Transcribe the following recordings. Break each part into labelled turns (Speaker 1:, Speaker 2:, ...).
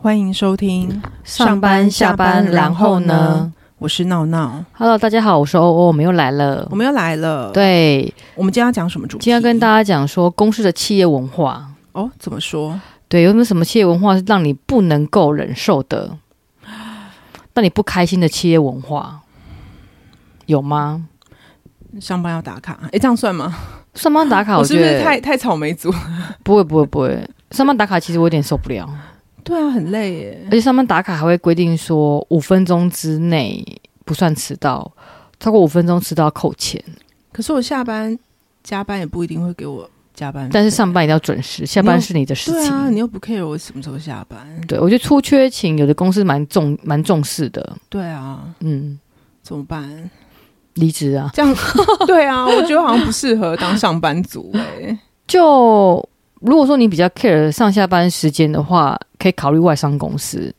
Speaker 1: 欢迎收听，
Speaker 2: 上班下班然后呢？
Speaker 1: 我是闹闹，
Speaker 2: ？Hello，大家好，我是欧欧，我们又来了
Speaker 1: 我。们又来了。，
Speaker 2: 嗯对，
Speaker 1: 我们今天要讲什么主题？
Speaker 2: 今天要跟大家讲说公司的企业文化，
Speaker 1: 哦，怎么说？
Speaker 2: 对，有没有什么企业文化是让你不能够忍受的，让你不开心的企业文化，有吗？
Speaker 1: 上班要打卡， 哎，这样算吗？
Speaker 2: 上班打卡，
Speaker 1: 我
Speaker 2: 啊我
Speaker 1: 是
Speaker 2: 觉
Speaker 1: 不是
Speaker 2: 得
Speaker 1: 太太草莓族？
Speaker 2: 不会，不会，不会。上班打卡其实我有点受不了，
Speaker 1: 对啊，很累耶
Speaker 2: 而。且上班打卡还会规定说五分钟之内不算迟到，超过五分钟迟到要扣钱。
Speaker 1: 可是我下班加班也不一定会给我加班费，
Speaker 2: 但是上班一定要准时，下班是你的事
Speaker 1: 对
Speaker 2: 情。
Speaker 1: 啊，你又不 care 我什么时候下班？
Speaker 2: 对，我觉得出缺勤有的公司蛮重蛮重视的，
Speaker 1: 对啊，
Speaker 2: 嗯，
Speaker 1: 怎么 办？
Speaker 2: 离职啊，
Speaker 1: 这样对啊，我觉得好像不适合当上班族哎。
Speaker 2: 就如果说你比较 care 上下班时间的话，可以考虑外商公司，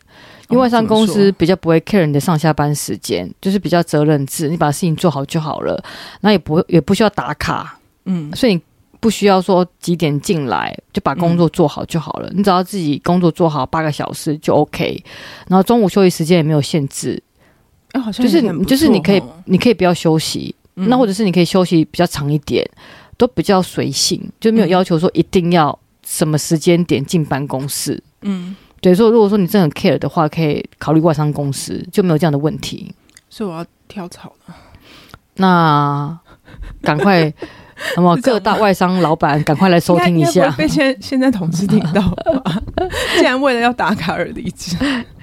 Speaker 2: 因为外商公
Speaker 1: 哦怎么
Speaker 2: 司
Speaker 1: 说
Speaker 2: 比较不会 care 你的上下班时间，就是比较责任制，你把事情做好就好了，那也不会也不需要打卡，
Speaker 1: 嗯，
Speaker 2: 所以你。不需要说几点进来就把工作做好就好了，你只要自己工作做好八个小时就 OK，然后中午休息时间也没有限制，
Speaker 1: 哎，好像
Speaker 2: 就是
Speaker 1: 也很不
Speaker 2: 你就是你
Speaker 1: 错
Speaker 2: 可以
Speaker 1: 哦嗯
Speaker 2: 你可以不要休息，那或者是你可以休息比较长一点，都比较随性，就没有
Speaker 1: 嗯
Speaker 2: 要求说一定要什么时间点进办公室。
Speaker 1: 嗯，
Speaker 2: 对，所以如果说你真的很 care 的话，可以考虑外商公司，就没有这样的问题。
Speaker 1: 所以我要跳槽了。
Speaker 2: 那赶 快，那么
Speaker 1: 是这样
Speaker 2: 各
Speaker 1: 吗
Speaker 2: 大外商老板赶快来收听一
Speaker 1: 应该应该不，
Speaker 2: 下
Speaker 1: 会被 现现在同事听到吧？竟然为了要打卡而离职，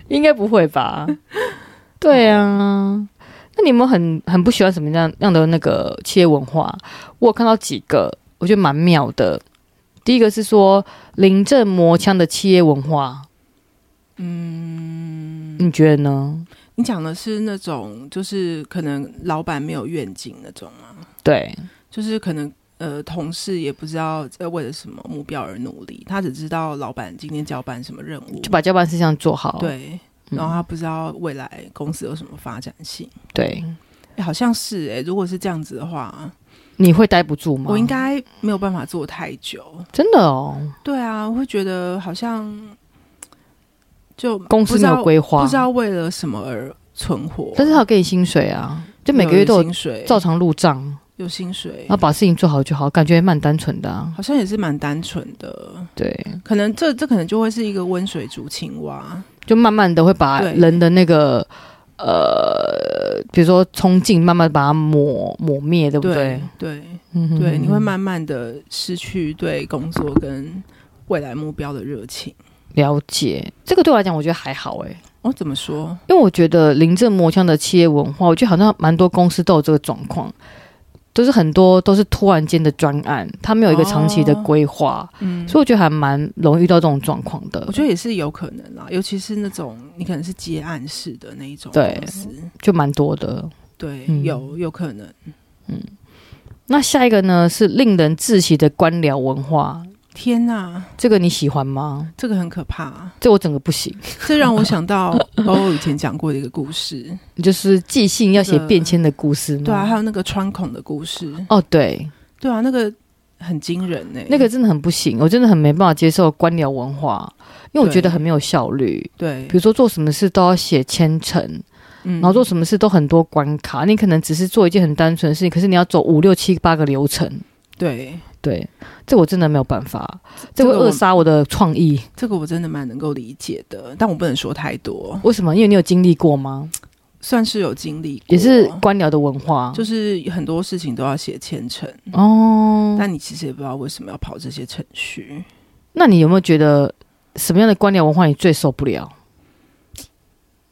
Speaker 2: 应该不会 吧？对啊，那你们很很不喜欢什么样样的那个企业文化？我有看到几个，我觉得蛮妙的。第一个是说临阵磨枪的企业文化，嗯，你觉得呢？
Speaker 1: 你讲的是那种就是可能老板没有愿景那种吗？
Speaker 2: 对，
Speaker 1: 就是可能。呃，同事也不知道在为了什么目标而努力，他只知道老板今天交办什么任务，
Speaker 2: 就把交办事项做好。
Speaker 1: 对，
Speaker 2: 嗯，
Speaker 1: 然后他不知道未来公司有什么发展性。
Speaker 2: 对，
Speaker 1: 诶好像是哎、如果是这样子的话，
Speaker 2: 你会待不住吗？
Speaker 1: 我应该没有办法做太久。
Speaker 2: 真的哦，
Speaker 1: 对啊，我会觉得好像就
Speaker 2: 公司
Speaker 1: 不知
Speaker 2: 没
Speaker 1: 道
Speaker 2: 有规划，
Speaker 1: 不知道为了什么而存活。
Speaker 2: 但是他有给你薪水啊，就每个月都
Speaker 1: 有
Speaker 2: 有
Speaker 1: 薪
Speaker 2: 啊
Speaker 1: 水，
Speaker 2: 照常入账，
Speaker 1: 有薪水
Speaker 2: 然后，把事情做好就好，感觉蛮单纯的啊。
Speaker 1: 好像也是蛮单纯的。
Speaker 2: 对，
Speaker 1: 可能这这可能就会是一个温水煮青蛙。
Speaker 2: 就慢慢的会把
Speaker 1: 对
Speaker 2: 人的那个呃，比如说冲劲，慢慢把它抹抹灭，对不对
Speaker 1: 对？对
Speaker 2: 嗯哼
Speaker 1: 对，你会慢慢的失去对工作跟未来目标的热情。
Speaker 2: 了解。这个对我来讲，我觉得还好诶、
Speaker 1: 哦，怎么说？
Speaker 2: 因为我觉得临阵磨枪的企业文化，我觉得好像蛮多公司都有这个状况。都是很多都是突然间的专案，他没有一个长期的
Speaker 1: 哦
Speaker 2: 规划，
Speaker 1: 嗯，
Speaker 2: 所以我觉得还蛮容易遇到这种状况的。
Speaker 1: 我觉得也是有可能啦，尤其是那种你可能是接案式的那一种
Speaker 2: 对
Speaker 1: 公司，
Speaker 2: 就蛮多的。
Speaker 1: 对，
Speaker 2: 嗯
Speaker 1: 有有可能。
Speaker 2: 那下一个呢是令人窒息的官僚文化，
Speaker 1: 天呐，
Speaker 2: 这个你喜欢吗？
Speaker 1: 这个很可怕，
Speaker 2: 这我整个不行。
Speaker 1: 这让我想到 包欧以前讲过的一个故事，
Speaker 2: 就是寄信要写便签的故事吗？
Speaker 1: 对啊，还有那个穿孔的故事，
Speaker 2: 哦，对，
Speaker 1: 对啊，那个很惊人欸呢、
Speaker 2: 那个真的很不行，我真的很没办法接受官僚文化，因为我
Speaker 1: 对
Speaker 2: 觉得很没有效率。
Speaker 1: 对
Speaker 2: 比，如说做什么事都要写千层，
Speaker 1: 嗯
Speaker 2: 然后做什么事都很多关卡，你可能只是做一件很单纯的事情，可是你要走五六七八个流程。
Speaker 1: 对
Speaker 2: 对，这我真的没有办法，这会
Speaker 1: 个我
Speaker 2: 扼杀我的创意。
Speaker 1: 这个我真的蛮能够理解的，但我不能说太多，
Speaker 2: 为什么？因为你有经历过吗？
Speaker 1: 算是有经历过，
Speaker 2: 也是官僚的文化，
Speaker 1: 就是很多事情都要写千层，
Speaker 2: 哦。
Speaker 1: 但你其实也不知道为什么要跑这些程序。
Speaker 2: 那你有没有觉得什么样的官僚文化你最受不了？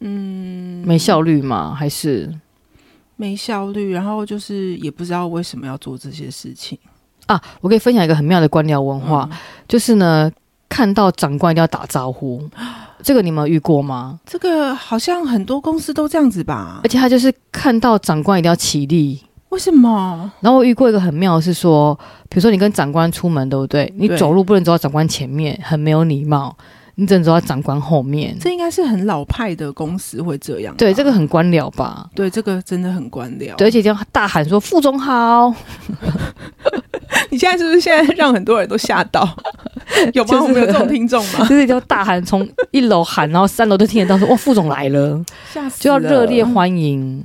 Speaker 1: 嗯，
Speaker 2: 没效率吗？还是？
Speaker 1: 没效率，然后就是也不知道为什么要做这些事情。
Speaker 2: 啊，我可以分享一个很妙的官僚文化，
Speaker 1: 嗯
Speaker 2: 就是呢，看到长官一定要打招呼，这个你们有遇过吗？
Speaker 1: 这个好像很多公司都这样子吧
Speaker 2: 而？且他就是看到长官一定要起立。
Speaker 1: 为什么？
Speaker 2: 然后我遇过一个很妙的是说，比如说你跟长官出门，对不对？你
Speaker 1: 嗯对
Speaker 2: 走路不能走到长官前面，很没有礼貌，你只能走到长官后面。
Speaker 1: 这应该是很老派的公司会这样吧。
Speaker 2: 对，这个很官僚吧？
Speaker 1: 对这个真的很官僚。
Speaker 2: 对，而且一定要大喊说“副总好
Speaker 1: 你现在是不是现在让很多人都吓到？有吗？
Speaker 2: 就是
Speaker 1: 我们有这种听众 吗？
Speaker 2: 就是要大喊，从一楼喊，然后三楼都听得到说，哇，副总来了，
Speaker 1: 吓死
Speaker 2: 就要热烈
Speaker 1: 了
Speaker 2: 欢迎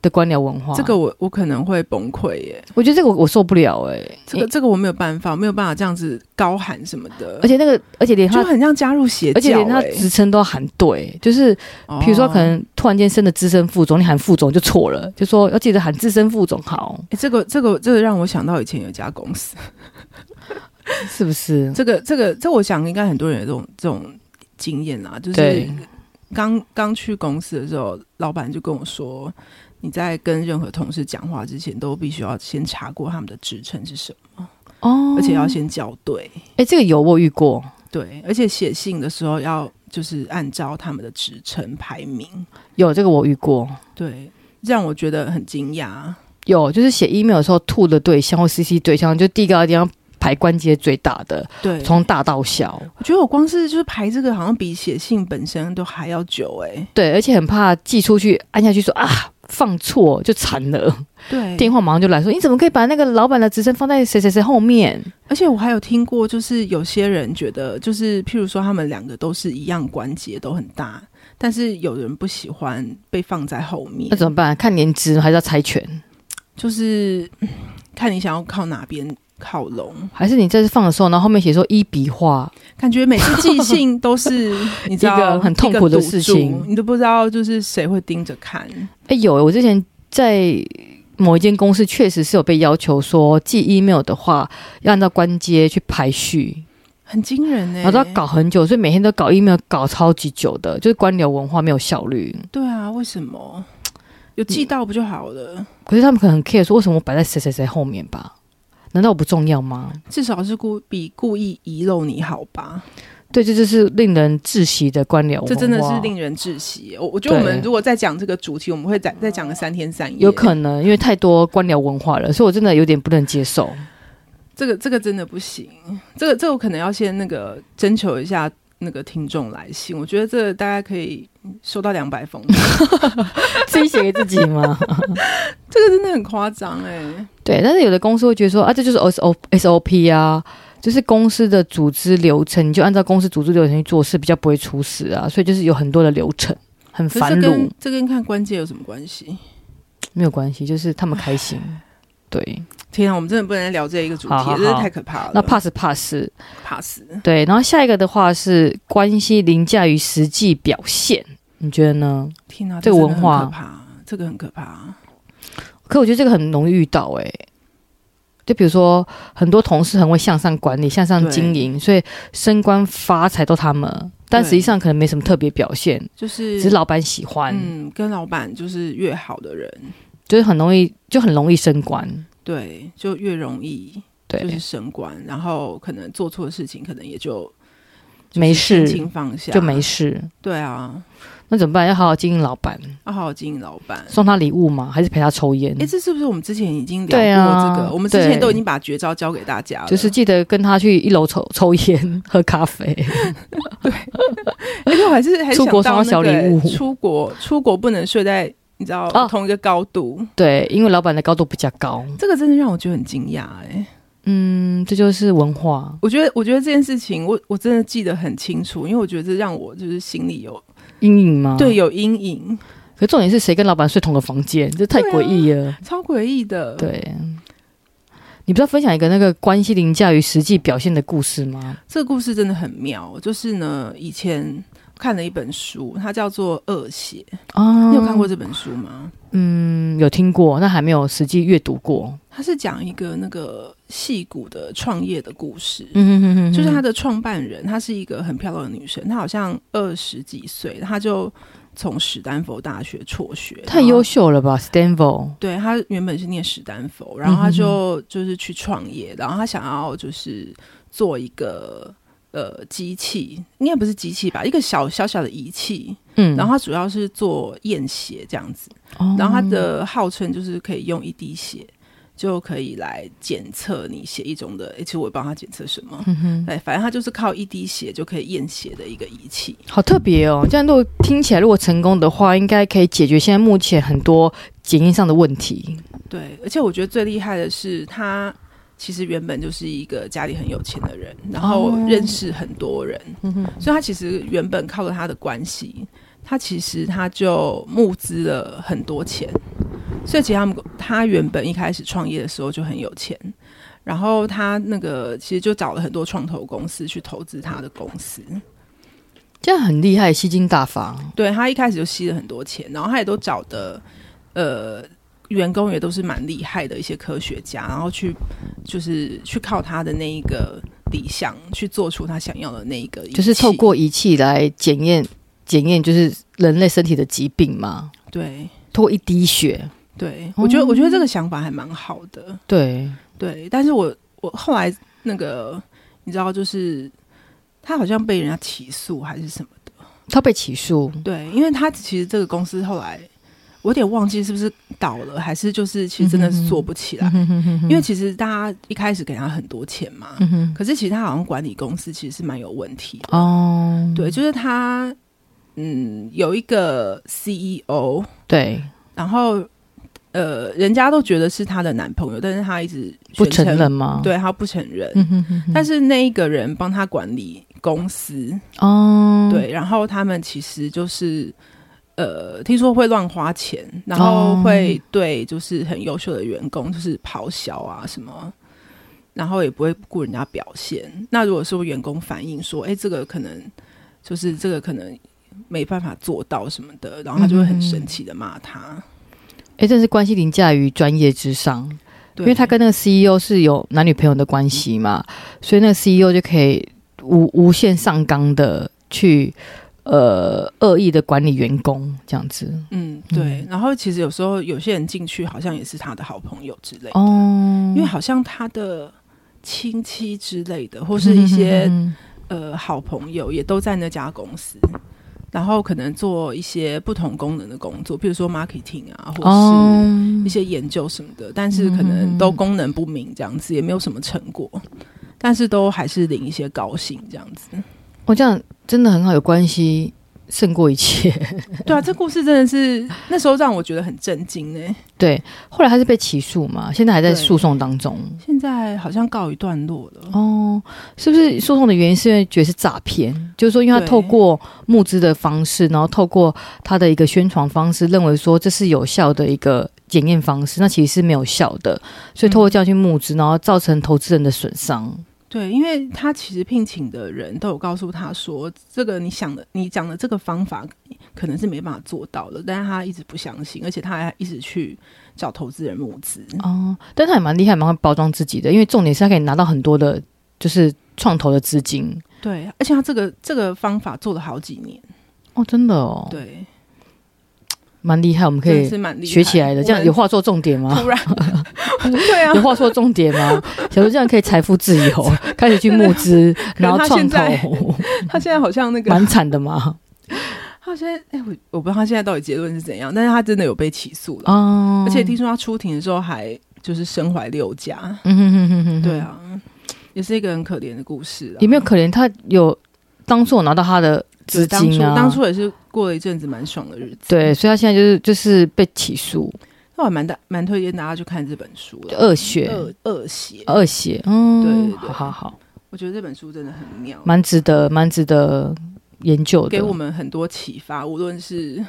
Speaker 2: 的官僚文化。
Speaker 1: 啊
Speaker 2: 嗯
Speaker 1: 这个我我可能会崩溃耶，
Speaker 2: 我觉得这个我受不了哎、欸，
Speaker 1: 这个这个我没有办法，我没有办法这样子高喊什么的，
Speaker 2: 而且那个，而且连
Speaker 1: 就
Speaker 2: 他，
Speaker 1: 很欸像加入邪
Speaker 2: 而且
Speaker 1: 教
Speaker 2: 连他
Speaker 1: 耶。
Speaker 2: 职称都要喊对，就是比如说可
Speaker 1: 哦
Speaker 2: 能突然间升了资深副总，你喊副总就错了，就说要记得喊资深副总好，
Speaker 1: 诶这个这个这个让我想到以前有一家公 司，
Speaker 2: 是不是？
Speaker 1: 这个这个这我想应该很多人有这种这种经验啊，就是
Speaker 2: 对，
Speaker 1: 刚刚去公司的时候，老板就跟我说，你在跟任何同事讲话之前，都必须要先查过他们的职称是什么，
Speaker 2: 哦，
Speaker 1: 而且要先校对。
Speaker 2: 哎、这个有我遇过，
Speaker 1: 对，而且写信的时候要就是按照他们的职称排名。
Speaker 2: 有这个我遇过，
Speaker 1: 对，让我觉得很惊讶。
Speaker 2: 有就是写 email 的时候吐的对象或 CC 对象，就第一个一定要排关节最大的，
Speaker 1: 对，
Speaker 2: 从大到小，
Speaker 1: 我觉得我光是就是排这个，好像比写信本身都还要久哎、
Speaker 2: 对，而且很怕寄出去按下去说啊放错就惨了，
Speaker 1: 对，
Speaker 2: 电话马上就来说你怎么可以把那个老板的职称放在谁谁谁后面？
Speaker 1: 而且我还有听过，就是有些人觉得，就是譬如说他们两个都是一样关节都很大，但是有人不喜欢被放在后面
Speaker 2: 那，怎么办？看年资还是要猜拳？
Speaker 1: 就是 嗯看你想要靠哪边靠拢。
Speaker 2: 还是你这次放的时候，然后后面写说一笔画？
Speaker 1: 感觉每次寄信都 是你知道
Speaker 2: 一个很痛苦的事情
Speaker 1: 一个赌注你都不知道就是谁会盯着看。
Speaker 2: 哎，有，我之前在某一间公司确实是有被要求说寄 email 的话要按照关节去排序，
Speaker 1: 很惊人欸呢、
Speaker 2: 然后都要搞很久，所以每天都搞 email 搞超级久的，就是官僚文化没有效率。
Speaker 1: 对啊，为什么有寄到不就好了？
Speaker 2: 可是他们可能很 care 说为什么我摆在谁谁谁后面吧？难道我不重要吗？
Speaker 1: 至少是故比故意遗漏你好吧？
Speaker 2: 对，这就是令人窒息的官僚文化。
Speaker 1: 这真的是令人窒息欸耶。我我觉得我们
Speaker 2: 对
Speaker 1: 如果再讲这个主题，我们会再再讲个三天三夜。
Speaker 2: 有可能，因为太多官僚文化了，所以我真的有点不能 接受。
Speaker 1: 这个这个真的不行，这个这个我可能要先那个征求一下那个听众来信。我觉得这个大概可以收到两百 封，
Speaker 2: 自己写给自己吗？
Speaker 1: 这个真的很夸张哎。
Speaker 2: 对，但是有的公司会觉得说啊，这就是 S O S O P 啊，就是公司的组织流程，你就按照公司组织流程去做事，比较不会出事啊。所以就是有很多的流程，很
Speaker 1: 可是
Speaker 2: 繁
Speaker 1: 这
Speaker 2: 缛
Speaker 1: 跟，这跟看关键有什么关系？
Speaker 2: 没有关系，就是他们开心。对，
Speaker 1: 天啊，我们真的不能再聊这一个主题，
Speaker 2: 好好好
Speaker 1: 真是太可怕了。
Speaker 2: 那 pass pass，
Speaker 1: 怕死，
Speaker 2: 对，然后下一个的话是关系凌驾于实际表现，你觉得呢？
Speaker 1: 天啊，
Speaker 2: 这个
Speaker 1: 真的很
Speaker 2: 文化
Speaker 1: 可怕，这个很可怕。
Speaker 2: 可我觉得这个很容易遇到哎、就比如说很多同事很会向上管理、向上经营，所以升官发财都他们，但
Speaker 1: 对
Speaker 2: 实际上可能没什么特别表现，
Speaker 1: 就是
Speaker 2: 只是老板喜欢，
Speaker 1: 嗯，跟老板就是越好的人，
Speaker 2: 就是很容易就很容易升官。
Speaker 1: 对，就越容易
Speaker 2: 对，
Speaker 1: 就是升官，然后可能做错事情，可能也就
Speaker 2: 没事
Speaker 1: 轻轻放下，
Speaker 2: 就没事。
Speaker 1: 对啊，
Speaker 2: 那怎么办？要好好经营老板，
Speaker 1: 要好好经营老板。
Speaker 2: 送他礼物吗？还是陪他抽烟
Speaker 1: 哎、？这是不是我们之前已经聊
Speaker 2: 对啊
Speaker 1: 过这个？我们之前
Speaker 2: 对
Speaker 1: 都已经把绝招教给大家了，
Speaker 2: 就是记得跟他去一楼抽抽烟、喝咖啡。
Speaker 1: 而且我还是还
Speaker 2: 出国
Speaker 1: 想到
Speaker 2: 送小
Speaker 1: 那个
Speaker 2: 礼物
Speaker 1: 出国出国不能睡在你知道、
Speaker 2: 哦
Speaker 1: 同一个高度，
Speaker 2: 对，因为老板的高度比较高。
Speaker 1: 这个真的让我觉得很惊讶哎。
Speaker 2: 嗯，这就是文化。
Speaker 1: 我觉得我觉得这件事情我我真的记得很清楚，因为我觉得这让我就是心里有、
Speaker 2: 阴影吗？
Speaker 1: 对有阴影，
Speaker 2: 可重点是谁跟老板睡同个房间，这太诡异了。
Speaker 1: 超诡异的。
Speaker 2: 对,、你不是要分享一个那个关系凌驾于实际表现的故事吗？
Speaker 1: 这个故事真的很妙，就是呢以前。看了一本书，它叫做《恶血》，
Speaker 2: 啊
Speaker 1: 你有看过？这本书吗？
Speaker 2: 嗯，有听过，但还没有实际阅读过。
Speaker 1: 它是讲一个那个戏骨的创业的故事。
Speaker 2: 嗯哼哼哼
Speaker 1: 就是他的创办人，她是一个很漂亮的女生，她好像二十几岁，她就从史丹佛大学辍学，
Speaker 2: 太
Speaker 1: 然后
Speaker 2: 优。秀了吧，Stanford。
Speaker 1: 对她原本是念史丹佛，然后
Speaker 2: 嗯
Speaker 1: 她就就是去创业，然后她想要就是做一个呃机器，应该不是机器吧，一个小小小的仪器，
Speaker 2: 嗯
Speaker 1: 然后她主要是做验血这样子，
Speaker 2: 哦
Speaker 1: 然后它的号称就是可以用一滴血就可以来检测你血液中的，诶其实我也不知道它检测什么，对，反正它就是靠一滴血就可以验血的一个仪器。
Speaker 2: 好特别哦。这样如果听起来，如果成功的话，应该可以解决现在目前很多检验上的问题。
Speaker 1: 对，而且我觉得最厉害的是它，其实原本就是一个家里很有钱的人，然后认识很多人，所以他其实原本靠着他的关系，他其实他就募资了很多钱，所以其实他们他原本一开始创业的时候就很有钱。然后他那个其实就找了很多创投公司去投资他的公司，
Speaker 2: 这样很厉害，吸金大法。
Speaker 1: 对他一开始就吸了很多钱，然后他也都找的呃员工也都是蛮厉害的一些科学家，然后去就是去靠他的那一个理想去做出他想要的那一个仪器，
Speaker 2: 就是透过仪器来检验检验，就是人类身体的疾病嘛，
Speaker 1: 对
Speaker 2: 透过一滴血，
Speaker 1: 对，
Speaker 2: 哦
Speaker 1: 我觉得、我觉得这个想法还蛮好的，
Speaker 2: 对，
Speaker 1: 对，但是我我后来那个你知道就是他好像被人家起诉还是什么。
Speaker 2: 他被起诉，
Speaker 1: 对，因为他其实这个公司后来我有点忘记是不是倒了，还是就是其实真的是做不起来，
Speaker 2: 嗯
Speaker 1: 因为其实大家一开始给他很多钱嘛，
Speaker 2: 嗯
Speaker 1: 可是其实他好像管理公司其实是蛮有问题的，
Speaker 2: 哦，
Speaker 1: 对，就是他嗯有一个 CEO，
Speaker 2: 对，
Speaker 1: 然后呃人家都觉得是她的男朋友，但是他一直
Speaker 2: 不
Speaker 1: 宣
Speaker 2: 承
Speaker 1: 称，
Speaker 2: 认吗？，
Speaker 1: 对他不承认，
Speaker 2: 嗯哼哼哼，
Speaker 1: 但是那一个人帮他管理公司，
Speaker 2: 哦，，
Speaker 1: 对，然后他们其实就是呃，听说会乱花钱，然后
Speaker 2: 哦
Speaker 1: 会对就是很优秀的员工就是咆哮啊什么，然后也不会顾人家表现。那如果说员工反映说，哎，这个可能就是这个可能没办法做到什么的，然后他就会很
Speaker 2: 嗯
Speaker 1: 生气的骂他，
Speaker 2: 哎，这是关系凌驾于专业之上，
Speaker 1: 对
Speaker 2: 因为他跟那个 CEO 是有男女朋友的关系嘛，所以那个 CEO 就可以无无限上纲的去呃恶意的管理员工这样子。
Speaker 1: 嗯对，然后其实有时候有些人进去好像也是他的好朋友之类的，
Speaker 2: 哦
Speaker 1: 因为好像他的亲戚之类的，或是一些。
Speaker 2: 嗯
Speaker 1: 呃好朋友也都在那家公司，然后可能做一些不同功能的工作，比如说 marketing 啊，或
Speaker 2: 哦
Speaker 1: 是，一些研究什么的，但是可能都功能不明，这样子也没有什么成果，但是都还是领一些高薪这样子。
Speaker 2: 我这样真的很好，有关系胜过一切。
Speaker 1: 对啊，这故事真的是那时候让我觉得很震惊呢、
Speaker 2: 对，后来他是被起诉嘛，现在还在
Speaker 1: 对
Speaker 2: 诉讼当中。
Speaker 1: 现在好像告一段落了，
Speaker 2: 哦，是不是诉讼的原因是因为觉得是诈骗？就是说，因为他
Speaker 1: 对
Speaker 2: 透过募资的方式，然后透过他的一个宣传方式，认为说这是有效的一个检验方式，那其实是没有效的。所以透过这样去募资，然后造成投资人的损伤。
Speaker 1: 对，因为他其实聘请的人都有告诉他说，这个你想的、你讲的这个方法可能是没办法做到的，但是他一直不相信，而且他还一直去找投资人募资。
Speaker 2: 哦，但他也蛮厉害，蛮会包装自己的，因为重点是他可以拿到很多的，就是创投的资金。
Speaker 1: 对，而且他这个这个方法做了好几年，
Speaker 2: 哦，真的哦，，
Speaker 1: 对，
Speaker 2: 蛮厉害，我们可
Speaker 1: 真的
Speaker 2: 以
Speaker 1: 是蛮厉害
Speaker 2: 学起来的。这样有
Speaker 1: 话
Speaker 2: 话做重点吗？
Speaker 1: 突然，对啊
Speaker 2: 有，话说重点吗？小说这样可以财富自 由，开始去募资，
Speaker 1: 对
Speaker 2: 然后创
Speaker 1: 可是他
Speaker 2: 投，
Speaker 1: 他现在好像那个，
Speaker 2: 蛮惨的 嘛。
Speaker 1: 他现在哎、我我不知道他现在到底结论是怎样，但是他真的有被起诉了，
Speaker 2: 哦，
Speaker 1: 而且听说他出庭的时候还就是身怀六甲，
Speaker 2: 嗯哼哼哼哼，
Speaker 1: 对，啊，也是一个很可怜的故事啊。
Speaker 2: 有没有可怜？他有当初我拿到他的资
Speaker 1: 当初
Speaker 2: 金啊，
Speaker 1: 当初也是过了一阵子蛮爽的日子。
Speaker 2: 对，，所以他现在就是就是被起诉，
Speaker 1: 那我还蛮大蛮推荐大家去看这本书
Speaker 2: 就
Speaker 1: 了，
Speaker 2: 恶血，
Speaker 1: 恶恶邪，
Speaker 2: 恶血，嗯，
Speaker 1: 对对对
Speaker 2: 好好好，
Speaker 1: 我觉得这本书真的很妙，
Speaker 2: 蛮值得，蛮值得研究的。
Speaker 1: 给我们很多启发，无论是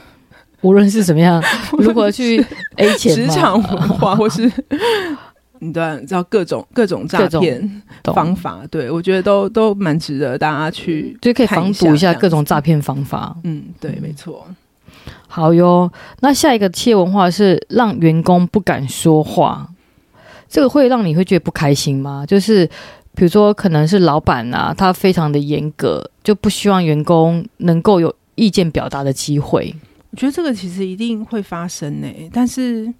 Speaker 2: 无论是怎 么样，如何去 A 钱
Speaker 1: 职
Speaker 2: 嘛 啊
Speaker 1: 场文化，或是你知道你知道各种各种诈骗
Speaker 2: 懂
Speaker 1: 方法，对我觉得都都蛮值得大家去，
Speaker 2: 就可以防
Speaker 1: 看
Speaker 2: 堵
Speaker 1: 一
Speaker 2: 一
Speaker 1: 下
Speaker 2: 下各种诈骗方法。
Speaker 1: 嗯，对，没错，
Speaker 2: 好哟，那下一个企业文化是让员工不敢说话，这个会让你会觉得不开心吗？就是比如说，可能是老板啊，他非常的严格，就不希望员工能够有意见表达的机会。
Speaker 1: 我觉得这个其实一定会发生呢、但是，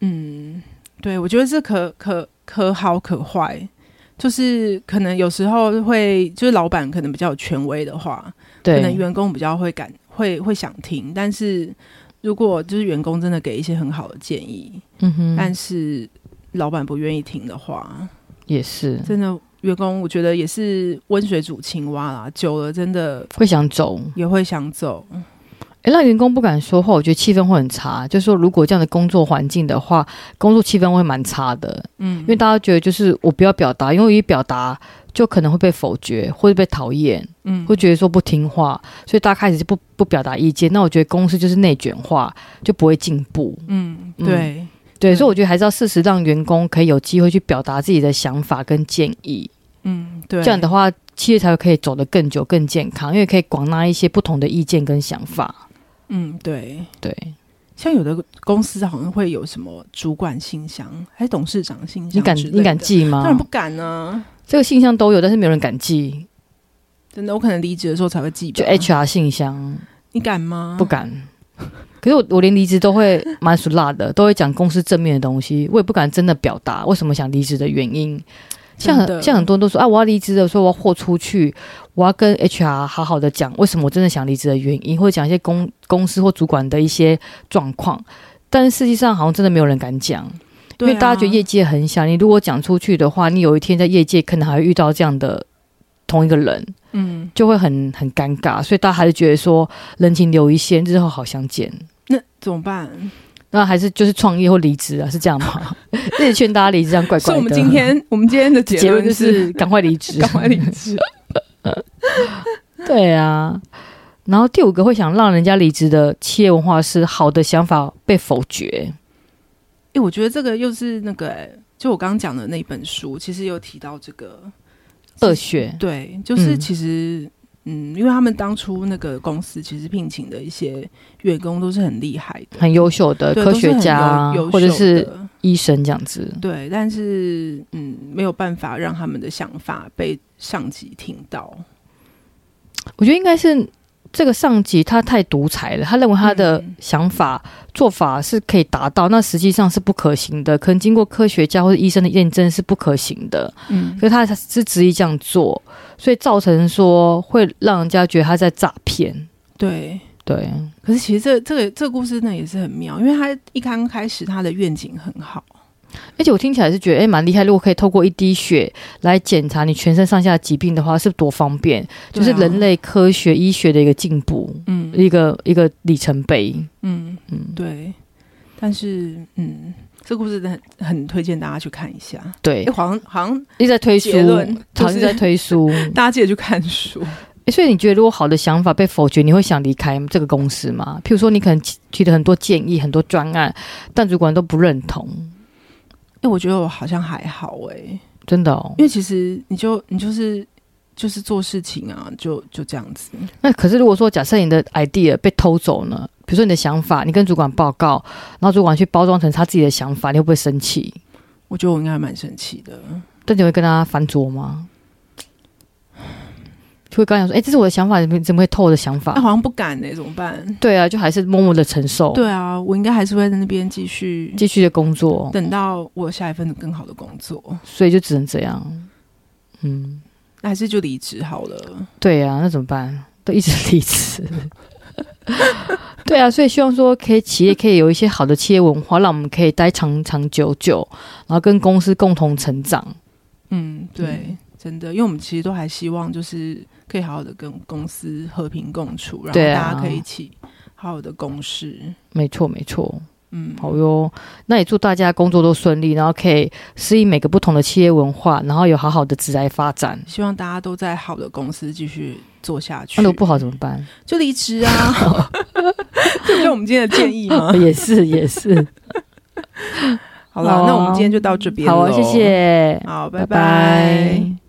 Speaker 1: 嗯，对我觉得这可可可好可坏，就是可能有时候会，就是老板可能比较有权威的话，可能
Speaker 2: 对，
Speaker 1: 员工比较会感会会想听，但是如果就是员工真的给一些很好的建议，
Speaker 2: 嗯哼，
Speaker 1: 但是老板不愿意听的话，
Speaker 2: 也是
Speaker 1: 真的员工我觉得也是温水煮青蛙啦，久了真的
Speaker 2: 会想走。
Speaker 1: 也会想走，
Speaker 2: 诶让员工不敢说话，我觉得气氛会很差。就是说，如果这样的工作环境的话，工作气氛会蛮差的，
Speaker 1: 嗯
Speaker 2: 因为大家觉得就是我不要表达，因为我一表达就可能会被否决，或者被讨厌，
Speaker 1: 嗯
Speaker 2: 会觉得说不听话，所以大家开始就不不表达意见。那我觉得公司就是内卷化，就不会进步。
Speaker 1: 嗯对
Speaker 2: 嗯对，
Speaker 1: 对
Speaker 2: 所以我觉得还是要适时让员工可以有机会去表达自己的想法跟建议，
Speaker 1: 嗯对
Speaker 2: 这样的话，企业才可以走得更久、更健康，因为可以广纳一些不同的意见跟想法。
Speaker 1: 嗯对，
Speaker 2: 对，
Speaker 1: 像有的公司好像会有什么主管信箱，还是董事长信箱
Speaker 2: 你敢
Speaker 1: 之类
Speaker 2: 你敢
Speaker 1: 的？
Speaker 2: 记
Speaker 1: 当然
Speaker 2: 吗
Speaker 1: 不？敢啊呢、
Speaker 2: 这个信箱都有，但是没有人敢记，
Speaker 1: 真的，我可能离职的时候才会记吧。
Speaker 2: 就 HR 信箱
Speaker 1: 你敢吗？
Speaker 2: 不敢。可是我我连离职都会蛮俗辣的，都会讲公司正面的东西，我也不敢真的表达为什么想离职的原因。像
Speaker 1: 真的
Speaker 2: 很像很多人都说啊，我要离职的时候，我要豁出去，我要跟 HR 好好的讲为什么我真的想离职的原因，或者讲一些公公司或主管的一些状况。但是实际上好像真的没有人敢讲，因
Speaker 1: 对啊
Speaker 2: 为大家觉得业界很小，你如果讲出去的话，你有一天在业界可能还会遇到这样的同一个人，
Speaker 1: 嗯，
Speaker 2: 就会很很尴尬，所以大家还是觉得说人情留一线，日后好相见。
Speaker 1: 那怎么办？
Speaker 2: 那还是就是创业或离职啊，是这样 吗？一直劝大家离职，这样怪
Speaker 1: 所
Speaker 2: 怪
Speaker 1: 以
Speaker 2: 的。
Speaker 1: 我们今天我们今天的结
Speaker 2: 啊结论就
Speaker 1: 就是
Speaker 2: 赶快离职，
Speaker 1: 赶快离职。
Speaker 2: 对啊，然后第五个会想让人家离职的企业文化是好的想法被否决。
Speaker 1: 哎、我觉得这个又是那个、欸，就我刚刚讲的那本书，其实有提到这个
Speaker 2: 恶血
Speaker 1: 对，就是
Speaker 2: 嗯
Speaker 1: 其实，嗯因为他们当初那个公司其实聘请的一些员工都是很厉害的，
Speaker 2: 很优秀的
Speaker 1: 对
Speaker 2: 呃科学家啊
Speaker 1: 都是很优优秀
Speaker 2: 或者是
Speaker 1: 的
Speaker 2: 医生这样子，
Speaker 1: 对，但是嗯，没有办法让他们的想法被上级听到。
Speaker 2: 我觉得应该是这个上级他太独裁了，他认为他的
Speaker 1: 嗯
Speaker 2: 想法、做法是可以达到，那实际上是不可行的，可能经过科学家或者医生的验证是不可行的。
Speaker 1: 嗯
Speaker 2: 可是他是执意这样做，所以造成说会让人家觉得他在诈骗。
Speaker 1: 对。
Speaker 2: 对，
Speaker 1: 可是其实这这个这个故事呢也是很妙，因为他一刚开始他的愿景很好，
Speaker 2: 而且我听起来是觉得，哎、蛮厉害。如果可以透过一滴血来检查你全身上下的疾病的话，是多方便，就是
Speaker 1: 对啊
Speaker 2: 人类科学医学的一个进步，
Speaker 1: 嗯
Speaker 2: 一个一个里程碑。
Speaker 1: 嗯
Speaker 2: 嗯，
Speaker 1: 对。但是嗯，这故事真的很很推荐大家去看一下。
Speaker 2: 对
Speaker 1: 哎、，好像好像
Speaker 2: 一直在推书
Speaker 1: 结论，就
Speaker 2: 好像
Speaker 1: 是
Speaker 2: 在 推书、
Speaker 1: 大家记得去看书。
Speaker 2: 诶所以你觉得，如果好的想法被否决，你会想离开这个公司吗？譬如说，你可能提提了很多建议、很多专案，但主管都不认同，
Speaker 1: 哎、我觉得我好像还好哎、
Speaker 2: 真的哦
Speaker 1: 因。为其实你就你就是就是做事情啊，就就这样子。
Speaker 2: 那可是如果说假设你的 idea 被偷走呢？比如说你的想法，你跟主管报告，然后主管去包装成他自己的想法，你会不会生气？
Speaker 1: 我觉得我应该蛮生气的。
Speaker 2: 但你会跟他翻桌吗？就会跟他讲说：“哎、这是我的想法，你们怎么会偷我的想法
Speaker 1: 那、？”好像不敢哎、怎么办？
Speaker 2: 对啊，就还是默默的承受，
Speaker 1: 对啊，我应该还是会在那边继续
Speaker 2: 继续的工作，
Speaker 1: 等到我下一份更好的工作，
Speaker 2: 所以就只能这样。嗯，
Speaker 1: 那还是就离职好了。
Speaker 2: 对啊，那怎么办？都一直离职。对啊，所以希望说，可以企业可以有一些好的企业文化，让我们可以待长长久久，然后跟公司共同成长。
Speaker 1: 嗯，对，真的，因为我们其实都还希望就是可以好好的跟公司和平共处，然后
Speaker 2: 对
Speaker 1: 大
Speaker 2: 啊
Speaker 1: 家可以一起好好的共事。
Speaker 2: 没错，没错。
Speaker 1: 嗯，
Speaker 2: 好哟，那也祝大家工作都顺利，然后可以适应每个不同的企业文化，然后有好好的职来发展。
Speaker 1: 希望大家都在好的公司继续做下去。
Speaker 2: 那如果不好怎么办？
Speaker 1: 就离职 啊， 这不是我们今天的建议吗？
Speaker 2: 也是也 是。
Speaker 1: 好了，
Speaker 2: 好啊
Speaker 1: 那我们今天就到这边咯
Speaker 2: 好啊，谢，谢，
Speaker 1: 好，拜
Speaker 2: 拜
Speaker 1: 拜
Speaker 2: 拜